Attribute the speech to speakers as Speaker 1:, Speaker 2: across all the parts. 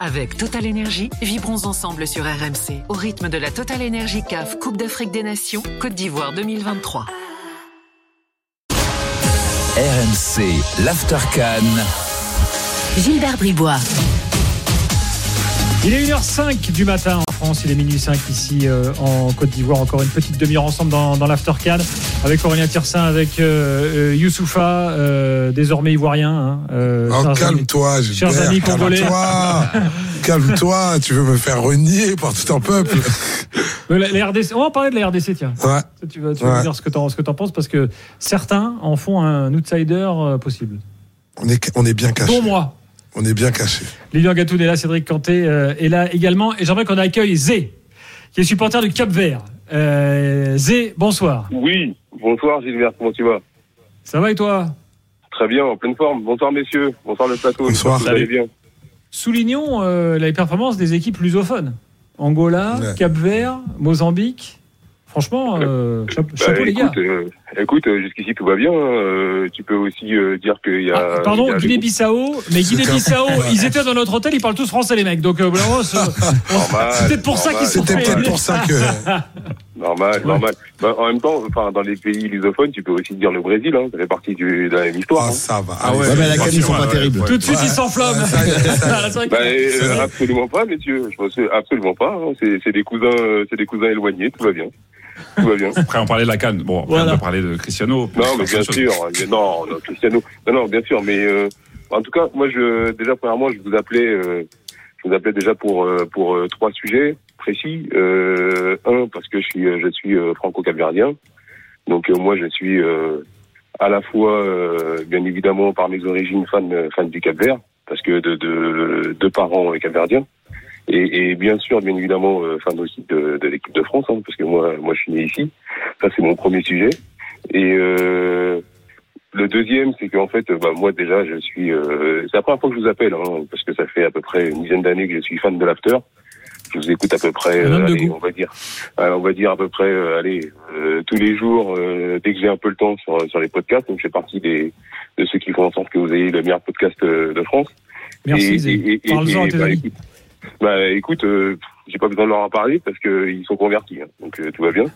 Speaker 1: Avec Total Energy, vibrons ensemble sur RMC au rythme de la Total Energy CAF Coupe d'Afrique des Nations Côte d'Ivoire 2023.
Speaker 2: RMC, l'After Cannes.
Speaker 3: Gilbert Bribois.
Speaker 4: Il est 1h05 du matin en France, il est minuit 5 ici euh, en Côte d'Ivoire. Encore une petite demi-heure ensemble dans, dans l'aftercad avec Aurélien Tirsin, avec euh, euh, Youssoufa, euh, désormais ivoirien. hein, euh,
Speaker 5: Oh,
Speaker 4: chers amis-
Speaker 5: calme-toi, Gilbert.
Speaker 4: chers amis congolais.
Speaker 5: Calme-toi. calme-toi. Tu veux me faire renier par tout un peuple.
Speaker 4: Mais Euh, la- la RDC, on va parler de la RDC, tiens.
Speaker 5: Ouais.
Speaker 4: Ça, Tu vas, tu vas
Speaker 5: Ouais.
Speaker 4: me dire ce que t'en ce que t'en penses parce que certains en font un outsider euh, possible.
Speaker 5: Ah, On est, on est bien caché.
Speaker 4: Pour moi,
Speaker 5: On est bien caché.
Speaker 4: Lilian Gatoun est là, Cédric Canté euh, est là également. Et j'aimerais qu'on accueille Zé, qui est supporter du Cap Vert. Euh, Zé, bonsoir.
Speaker 6: Oui, bonsoir Gilbert, comment tu vas
Speaker 4: Ça va et toi
Speaker 6: Très bien, en pleine forme. Bonsoir messieurs, bonsoir le plateau.
Speaker 5: Bonsoir.
Speaker 6: Vous allez bien
Speaker 4: Soulignons euh, les performances des équipes lusophones. Angola,
Speaker 5: Ouais.
Speaker 4: Cap-Vert, Mozambique. Franchement, euh, cha-
Speaker 6: Bah,
Speaker 4: chapeau les gars.
Speaker 6: écoute, euh, écoute, euh, jusqu'ici tout va bien. hein. Euh, tu peux aussi euh, dire qu'il y a...
Speaker 4: Ah, pardon,
Speaker 6: il y a-
Speaker 4: Guinée-Bissau, mais
Speaker 5: C'était
Speaker 4: Guinée-Bissau, ils étaient dans notre hôtel, ils parlent tous français les mecs. Donc euh, vraiment, c'est-
Speaker 6: Normal,
Speaker 4: c'est peut-être pour ça
Speaker 6: normal.
Speaker 4: qu'ils se sont
Speaker 5: C'était
Speaker 4: fait-
Speaker 5: peut-être pour ça que.
Speaker 6: Normal,
Speaker 4: Ouais.
Speaker 6: normal. Bah, en même temps, enfin, dans les pays lusophones, tu peux aussi dire le Brésil. Hein, ça fait partie du- de la même histoire.
Speaker 5: Ah,
Speaker 6: hein.
Speaker 5: ça va.
Speaker 7: Ah ouais,
Speaker 5: Allez,
Speaker 7: mais la
Speaker 5: c'est
Speaker 7: canne, ils sont pas terribles.
Speaker 4: Tout de suite,
Speaker 5: Ouais.
Speaker 4: ils s'enflamment.
Speaker 5: Ouais, ça y est, ça y est.
Speaker 4: Ah, c'est vrai que-
Speaker 6: Bah, euh, absolument pas, messieurs. Je pense que absolument pas. hein. C'est c'est des cousins, euh, c'est des cousins éloignés. Tout va bien. Tout va bien.
Speaker 7: Après, on parlait de la canne. Bon, après,
Speaker 4: Voilà.
Speaker 7: on peut parler de Cristiano.
Speaker 6: Non, mais bien sûr. Mais Non, non, Cristiano. Non, non, bien sûr. Mais euh, en tout cas, moi, je déjà premièrement, je vous appelais, euh, je vous appelais déjà pour euh, pour euh, trois sujets précis. Euh, un, parce que je suis euh, je suis euh, franco-capverdien. Donc euh, moi, je suis euh, à la fois, euh, bien évidemment, par mes origines, fan euh, fan du Cap-Vert, parce que de de de parents euh, capverdiens. Et, et bien sûr, bien évidemment, euh, fan aussi de, de l'équipe de France, hein, parce que moi, moi, je suis né ici. Ça, c'est mon premier sujet. Et euh, le deuxième, c'est qu'en fait, euh, bah, moi déjà, je suis. euh, c'est la première fois que je vous appelle, hein, parce que ça fait à peu près une dizaine d'années que je suis fan de l'after. Je vous écoute à peu près,
Speaker 4: Un
Speaker 6: euh,
Speaker 4: homme de
Speaker 6: allez,
Speaker 4: goût.
Speaker 6: on va dire, euh, on va dire à peu près, euh, allez, euh, tous les jours, euh, dès que j'ai un peu le temps sur, sur les podcasts. Donc, je fais partie des de ceux qui font en sorte que vous ayez le meilleur podcast euh, de France.
Speaker 4: Merci
Speaker 6: Et-
Speaker 4: Zé.
Speaker 6: et- et-
Speaker 4: Parle-en à
Speaker 6: et-
Speaker 4: tes
Speaker 6: bah,
Speaker 4: amis.
Speaker 6: écoute, bah, écoute, euh, j'ai pas besoin de leur en parler parce que ils sont convertis, hein, donc euh, tout va bien.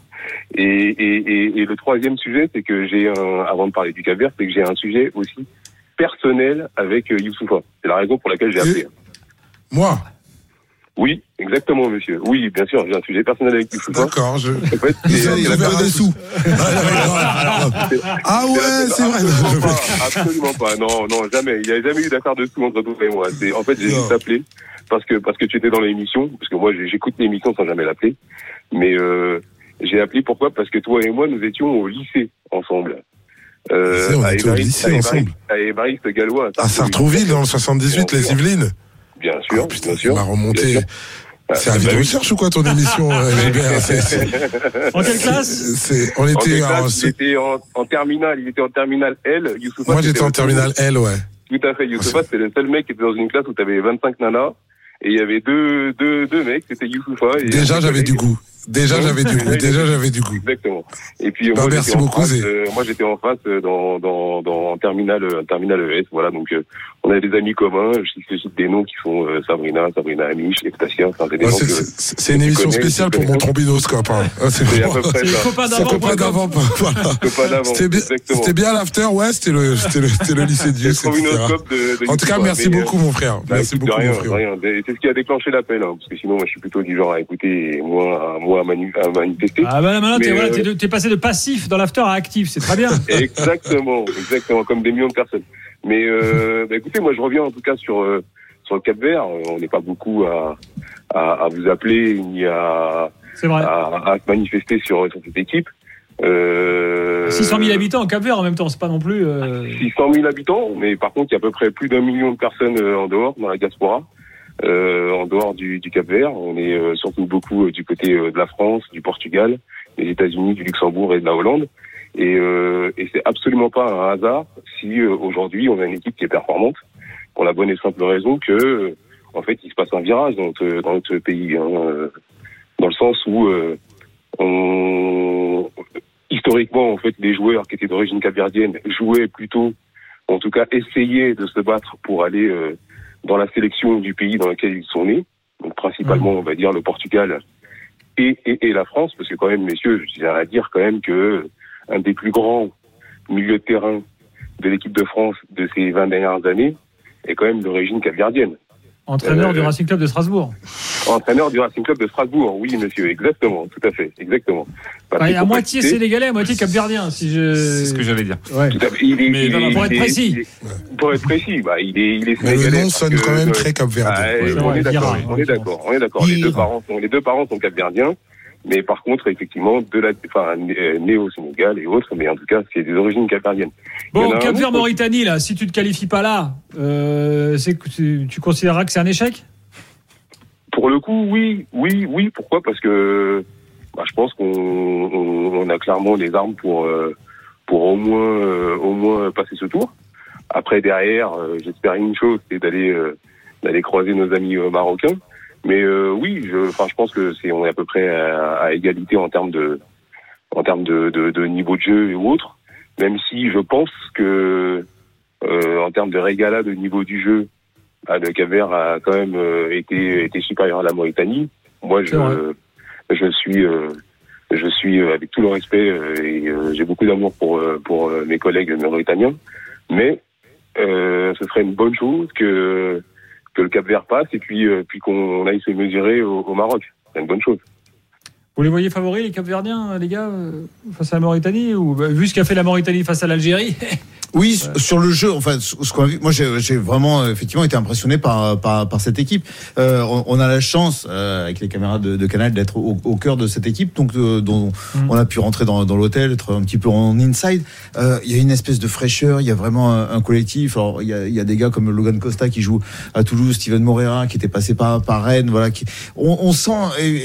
Speaker 6: Et, et, et, et le troisième sujet, c'est que j'ai un, avant de parler du Cap-Vert, c'est que j'ai un sujet aussi personnel avec euh, Youssoufa. C'est la raison pour laquelle j'ai appelé.
Speaker 5: Moi,
Speaker 6: Oui, exactement, monsieur. Oui, bien sûr, j'ai un sujet personnel avec Youssoufa.
Speaker 5: d'accord. Je...
Speaker 6: En fait, c'est-
Speaker 5: Ils ont-
Speaker 6: c'est
Speaker 5: ils
Speaker 6: la
Speaker 5: ont perdu
Speaker 6: dernière-
Speaker 5: des sous. Ah ouais, c'est vrai.
Speaker 6: Absolument pas, absolument pas. Non, non, jamais. Il n'y a jamais eu d'accord de tout entre toi et moi. C'est- En fait, j'ai
Speaker 5: Non.
Speaker 6: juste appelé parce que, parce que tu étais dans l'émission, parce que moi, j'ai- j'écoute l'émission sans jamais l'appeler. Mais euh, j'ai appelé pourquoi Parce que toi et moi, nous étions au lycée ensemble. Euh,
Speaker 5: C'est vrai, on
Speaker 6: à
Speaker 5: était au
Speaker 6: Évariste-
Speaker 5: lycée
Speaker 6: à Évariste-
Speaker 5: ensemble.
Speaker 6: À Évariste Gallois.
Speaker 5: À Sartrouville, dans le 78, les Yvelines.
Speaker 6: Bien
Speaker 5: Ah,
Speaker 6: sûr,
Speaker 5: putain,
Speaker 6: bien
Speaker 5: tu m'as
Speaker 6: sûr.
Speaker 5: remonté.
Speaker 6: Bien Ah,
Speaker 5: C'est un
Speaker 6: bah
Speaker 5: vidéo
Speaker 6: oui.
Speaker 5: recherche ou quoi ton émission, euh, Gilbert C'est- c'est-
Speaker 4: En quelle classe
Speaker 5: c'est- On
Speaker 6: En
Speaker 5: était.
Speaker 6: fait, là,
Speaker 5: en-
Speaker 6: il était en, en terminale, il était en terminale L. Youssoupha,
Speaker 5: Moi, j'étais
Speaker 6: c'était
Speaker 5: en
Speaker 6: le-
Speaker 5: terminale L, ouais.
Speaker 6: Tout à fait. Youssoufa, c'était le seul mec qui était dans une classe où t'avais 25 nanas. Et il y avait deux, deux, deux mecs, c'était Youssoufa. Et
Speaker 5: Déjà, j'avais du goût. Déjà,
Speaker 6: Ouais.
Speaker 5: j'avais du goût.
Speaker 6: Ouais,
Speaker 5: Déjà,
Speaker 6: il-
Speaker 5: j'avais du goût.
Speaker 6: Exactement. Et puis, euh,
Speaker 5: Bah,
Speaker 6: moi,
Speaker 5: merci
Speaker 6: j'étais en
Speaker 5: beaucoup,
Speaker 6: face,
Speaker 5: Zé.
Speaker 6: euh, moi, j'étais en face euh, dans, dans, dans en terminale, euh, terminale ES. Voilà. Donc, euh, on avait des amis communs. Je cite- je cite des noms qui sont euh, Sabrina, Sabrina Amish, Ectasia. Enfin, c'est des
Speaker 5: Ouais,
Speaker 6: noms
Speaker 5: c'est-
Speaker 6: que-
Speaker 5: C'est c'est une
Speaker 6: euh, tu
Speaker 5: émission
Speaker 6: connais,
Speaker 5: spéciale
Speaker 6: tu
Speaker 5: pour mon
Speaker 6: connais.
Speaker 5: trombinoscope. Hein. Ah, C'est
Speaker 6: C'est à
Speaker 5: vraiment-
Speaker 6: peu près
Speaker 4: C'est les
Speaker 6: ça.
Speaker 4: copains
Speaker 5: c'est
Speaker 4: d'avant.
Speaker 5: copain d'avant. voilà.
Speaker 6: Que pas d'avant.
Speaker 5: C'était bien,
Speaker 6: Exactement.
Speaker 5: c'était bien l'after, ouais, c'était le, c'était le, c'était le lycée
Speaker 6: C'est
Speaker 5: Dieu,
Speaker 6: le
Speaker 5: etc.
Speaker 6: prominoscope de, de
Speaker 5: En tout cas,
Speaker 6: Youssoufa.
Speaker 5: merci
Speaker 6: Mais, euh,
Speaker 5: beaucoup, mon frère.
Speaker 6: Bah,
Speaker 5: Merci
Speaker 6: écoute, de
Speaker 5: beaucoup,
Speaker 6: rien,
Speaker 5: mon
Speaker 6: de
Speaker 5: frère.
Speaker 6: rien. Mais C'est ce qui a déclenché l'appel, hein, parce que sinon, moi, je suis plutôt du genre à écouter et moi, à, moi, à, manu- à manifester.
Speaker 4: Ah bah là, maintenant,
Speaker 6: Mais,
Speaker 4: t'es voilà,
Speaker 6: euh,
Speaker 4: t'es de- t'es passé de passif dans l'after à actif, c'est très bien.
Speaker 6: Exactement, exactement, comme des millions de personnes. Mais euh, bah, écoutez, moi, je reviens en tout cas sur euh, sur le Cap Vert. Euh, On n'est pas beaucoup à, à à vous appeler ni à
Speaker 4: C'est vrai.
Speaker 6: à, à se manifester sur, sur cette équipe. Euh,
Speaker 4: 600 000 habitants en Cap-Vert en même temps, c'est pas non plus. euh,
Speaker 6: 600 000 habitants, mais par contre, il y a à peu près plus d'un million de personnes euh, en dehors, dans la diaspora, euh, en dehors du, du Cap-Vert. On est euh, surtout beaucoup euh, du côté euh, de la France, du Portugal, des États-Unis, du Luxembourg et de la Hollande. Et, euh, et c'est absolument pas un hasard si euh, aujourd'hui on a une équipe qui est performante, pour la bonne et simple raison que, euh, en fait, il se passe un virage dans notre, dans notre pays, hein, euh, dans le sens où euh, on, historiquement, en fait, les joueurs qui étaient d'origine capverdienne jouaient plutôt, en tout cas, essayaient de se battre pour aller euh, dans la sélection du pays dans lequel ils sont nés, donc principalement, on va dire, le Portugal et, et, et la France, parce que quand même, messieurs, je tiens à dire quand même que euh, un des plus grands milieux de terrain de l'équipe de France de ces 20 dernières années est quand même d'origine capverdienne.
Speaker 4: Entraîneur
Speaker 6: Euh,
Speaker 4: du Racing Club de Strasbourg.
Speaker 6: Entraîneur du Racing Club de Strasbourg, oui, monsieur, exactement, tout à fait, exactement.
Speaker 4: Ouais,
Speaker 6: Patrick
Speaker 4: Ah, à moitié
Speaker 6: Compacté,
Speaker 4: sénégalais, à moitié capverdien. Si je...
Speaker 7: C'est ce que j'allais dire.
Speaker 4: Ouais.
Speaker 6: tout à fait, il est-
Speaker 7: Mais
Speaker 6: il
Speaker 7: non,
Speaker 6: est-
Speaker 4: pour être
Speaker 6: il est-
Speaker 4: précis.
Speaker 6: il est- Pour être précis, bah, il est, il est
Speaker 5: Mais le
Speaker 6: sénégalais
Speaker 5: nom
Speaker 6: parce
Speaker 5: sonne
Speaker 6: que-
Speaker 5: quand même
Speaker 6: euh,
Speaker 5: très
Speaker 6: Ah,
Speaker 5: capverdien.
Speaker 6: euh,
Speaker 4: c'est
Speaker 6: on,
Speaker 4: vrai, hein,
Speaker 6: est d'accord,
Speaker 4: Ira,
Speaker 6: on est d'accord, on est d'accord. Les
Speaker 5: Ira.
Speaker 6: deux parents sont, les deux parents sont capverdiens, mais par contre, effectivement, de la, enfin, né- euh, né au Sénégal et autres, mais en tout cas, c'est des origines capverdiennes. Il y en a
Speaker 4: Bon,
Speaker 6: un
Speaker 4: Cap
Speaker 6: autre.
Speaker 4: Vert Mauritanie, là, si tu te qualifies pas là, euh, c'est que tu, tu considéreras que c'est un échec
Speaker 6: Pour le coup, oui, oui, oui. Pourquoi Parce que bah, je pense qu'on on- on a clairement les armes pour euh, pour au moins euh, au moins passer ce tour. Après derrière, euh, j'espère une chose, c'est d'aller euh, d'aller croiser nos amis euh, marocains. Mais euh, oui, je, enfin, je pense que c'est on est à peu près à, à égalité en termes de en termes de, de, de niveau de jeu et autres. Même si je pense que euh, en termes de régalade au niveau du jeu, ah, le Cap Vert a quand même euh, été, été supérieur à la Mauritanie. Moi,
Speaker 4: C'est vrai.
Speaker 6: je, je suis, euh, je suis euh, avec tout le respect euh, et euh, j'ai beaucoup d'amour pour, euh, pour euh, mes collègues mauritaniens. Mais euh, ce serait une bonne chose que, que le Cap Vert passe et puis, euh, puis qu'on aille se mesurer au, au Maroc. C'est une bonne chose.
Speaker 4: Vous les voyez favoris, les Capverdiens, euh, les gars, euh, face à la Mauritanie ou, bah, Vu ce qu'a fait la Mauritanie face à l'Algérie,
Speaker 8: Oui, sur le jeu, enfin, ce ce qu'on a vu, moi j'ai j'ai vraiment euh, effectivement été impressionné par par, par cette équipe. Euh, on, on a la chance euh, avec les caméras de, de Canal d'être au, au cœur de cette équipe, donc euh, dont
Speaker 4: Mhm.
Speaker 8: on a pu rentrer dans, dans l'hôtel, être un petit peu en inside. Euh, Il y a une espèce de fraîcheur, il y a vraiment un, un collectif. Alors il y a, il y a des gars comme Logan Costa qui joue à Toulouse, Steven Moreira qui était passé par par Rennes, voilà. Qui, on, on sent euh,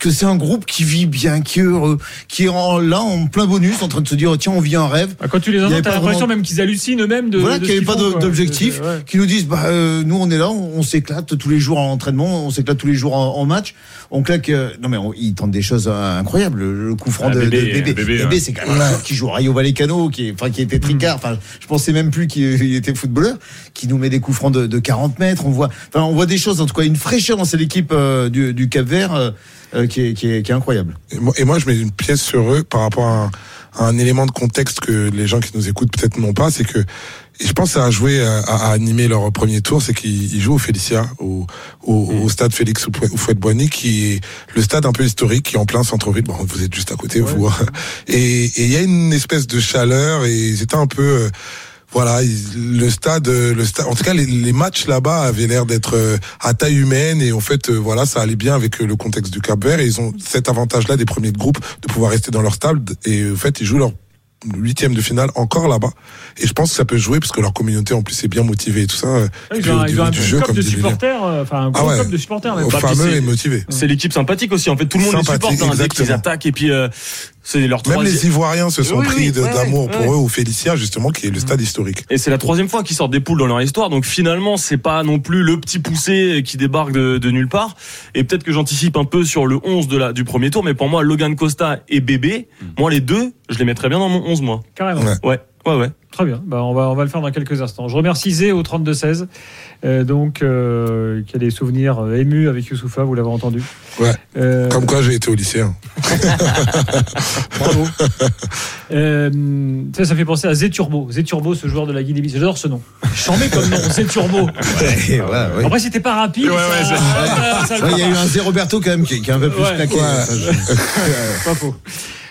Speaker 8: que c'est un groupe qui vit bien, qui est heureux, qui est en, là en plein bonus, en train de se dire tiens on vit un rêve.
Speaker 4: bah, quand tu les
Speaker 8: Il y
Speaker 4: entends,
Speaker 8: avait
Speaker 4: t'as
Speaker 8: pas
Speaker 4: l'impression
Speaker 8: vraiment-
Speaker 4: même qu'ils hallucinent eux-mêmes de.
Speaker 8: Voilà,
Speaker 4: de
Speaker 8: qu'il y
Speaker 4: ce qu'ils
Speaker 8: avait pas
Speaker 4: font,
Speaker 8: de-
Speaker 4: quoi.
Speaker 8: d'objectif.
Speaker 4: Ouais.
Speaker 8: qui nous disent bah, euh, nous on est là, on, on s'éclate tous les jours à l'entraînement, on s'éclate tous les jours en, en match, on claque. euh, non mais on- ils tentent des choses euh, incroyables. Le le coup franc
Speaker 7: Ah,
Speaker 8: de,
Speaker 7: Bébé,
Speaker 8: de bébé,
Speaker 7: Bébé,
Speaker 8: Bébé,
Speaker 7: ouais.
Speaker 8: c'est quand même un joueur qui joue à Rayo Vallecano, qui est- enfin qui était tricard. Enfin, je pensais même plus qu'il il était footballeur, qui nous met des coups francs de, de 40 mètres. On voit, enfin on voit des choses en tout cas une fraîcheur dans cette équipe euh, du, du Cap Vert euh, euh, qui, est, qui, est, qui est incroyable.
Speaker 5: Et moi, et moi, je mets une pièce sur eux par rapport à un, à un élément de contexte que les gens qui nous écoutent peut-être n'ont pas, c'est que et je pense que ça a joué à, à- à animer leur premier tour, c'est qu'ils ils jouent au Félicia, au, au, au stade Félix ou Boigny, qui est le stade un peu historique, qui est en plein centre-ville. Bon, vous êtes juste à côté, vous. hein. Et et il y a une espèce de chaleur et c'était un peu. euh, voilà, il- le stade, euh, le stade. En tout cas, les, les matchs là-bas avaient l'air d'être euh, à taille humaine et en fait, euh, voilà, ça allait bien avec euh, le contexte du Cap-Vert et ils ont cet avantage-là des premiers de groupe de pouvoir rester dans leur stable et euh, en fait, ils jouent leur huitième de finale encore là-bas et je pense que ça peut jouer parce que leur communauté en plus est bien motivée et tout ça. euh,
Speaker 4: Ouais,
Speaker 5: et
Speaker 4: Ils
Speaker 5: puis
Speaker 4: ont,
Speaker 5: au
Speaker 4: un- ils
Speaker 5: niveau
Speaker 4: ont un
Speaker 5: du
Speaker 4: petit
Speaker 5: jeu,
Speaker 4: cop
Speaker 5: comme
Speaker 4: de
Speaker 5: disait Lilian,
Speaker 4: supporters, euh, enfin un gros
Speaker 5: Ah ouais.
Speaker 4: cop de supporters, même.
Speaker 5: au
Speaker 9: Bah, puis
Speaker 5: fameux
Speaker 9: c'est-
Speaker 5: est motivé.
Speaker 9: C'est l'équipe sympathique aussi. En fait, tout le monde les
Speaker 5: Mm. Sympathique,
Speaker 9: supporte hein, dès qu'ils
Speaker 5: exactement.
Speaker 9: attaquent. Et puis, euh, c'est leur
Speaker 5: Même
Speaker 9: troisième-
Speaker 5: les Ivoiriens se sont
Speaker 9: Oui, oui,
Speaker 5: pris de-
Speaker 9: ouais,
Speaker 5: d'amour
Speaker 9: ouais, Mm.
Speaker 5: pour
Speaker 9: ouais.
Speaker 5: eux au Félicia justement, qui est le stade historique.
Speaker 9: Et c'est la troisième fois qu'ils sortent des poules dans leur histoire. Donc finalement, c'est pas non plus le petit poussé qui débarque de, de nulle part. Et peut-être que j'anticipe un peu sur le 11 de la, du premier tour. Mais pour moi, Logan Costa et Bébé, moi les deux, je les mettrais bien dans mon 11 mois.
Speaker 4: Carrément.
Speaker 5: Mm. Ouais.
Speaker 9: Ouais, ouais, ouais.
Speaker 4: Très bien, Bah, on, va, on va le faire dans quelques instants. Je remercie Zé au 32-16, euh, donc, euh, qui a des souvenirs euh, émus avec Youssoufa, vous l'avez entendu.
Speaker 5: Ouais.
Speaker 4: Euh,
Speaker 5: Comme quoi, j'ai été au lycée. hein.
Speaker 4: Bravo. Euh, ça, ça fait penser à Zé Turbo. Zé Turbo, ce joueur de la Guinée-Bissau. J'adore ce nom. J'en mets comme nom, Zé Turbo.
Speaker 8: Et voilà, ouais.
Speaker 4: Après, c'était pas rapide.
Speaker 7: Ouais, ouais,
Speaker 4: ça- ça-
Speaker 8: Ouais, Il y a eu un Zé Roberto quand même qui, qui est un peu plus
Speaker 4: ah. Ouais.
Speaker 8: claqué.
Speaker 5: Ouais.
Speaker 8: Ça, je-
Speaker 4: Pas faux.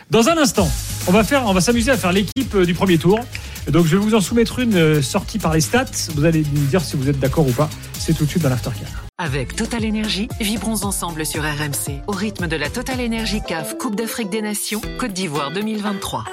Speaker 4: Dans un instant, on va faire, on va s'amuser à faire l'équipe euh, du premier tour. Et Donc, je vais vous en soumettre une euh, sortie par les stats. Vous allez me dire si vous êtes d'accord ou pas. C'est tout de suite dans l'aftercare.
Speaker 1: Avec Total Energy, vibrons ensemble sur RMC au rythme de la Total Energy CAF Coupe d'Afrique des Nations Côte d'Ivoire 2023.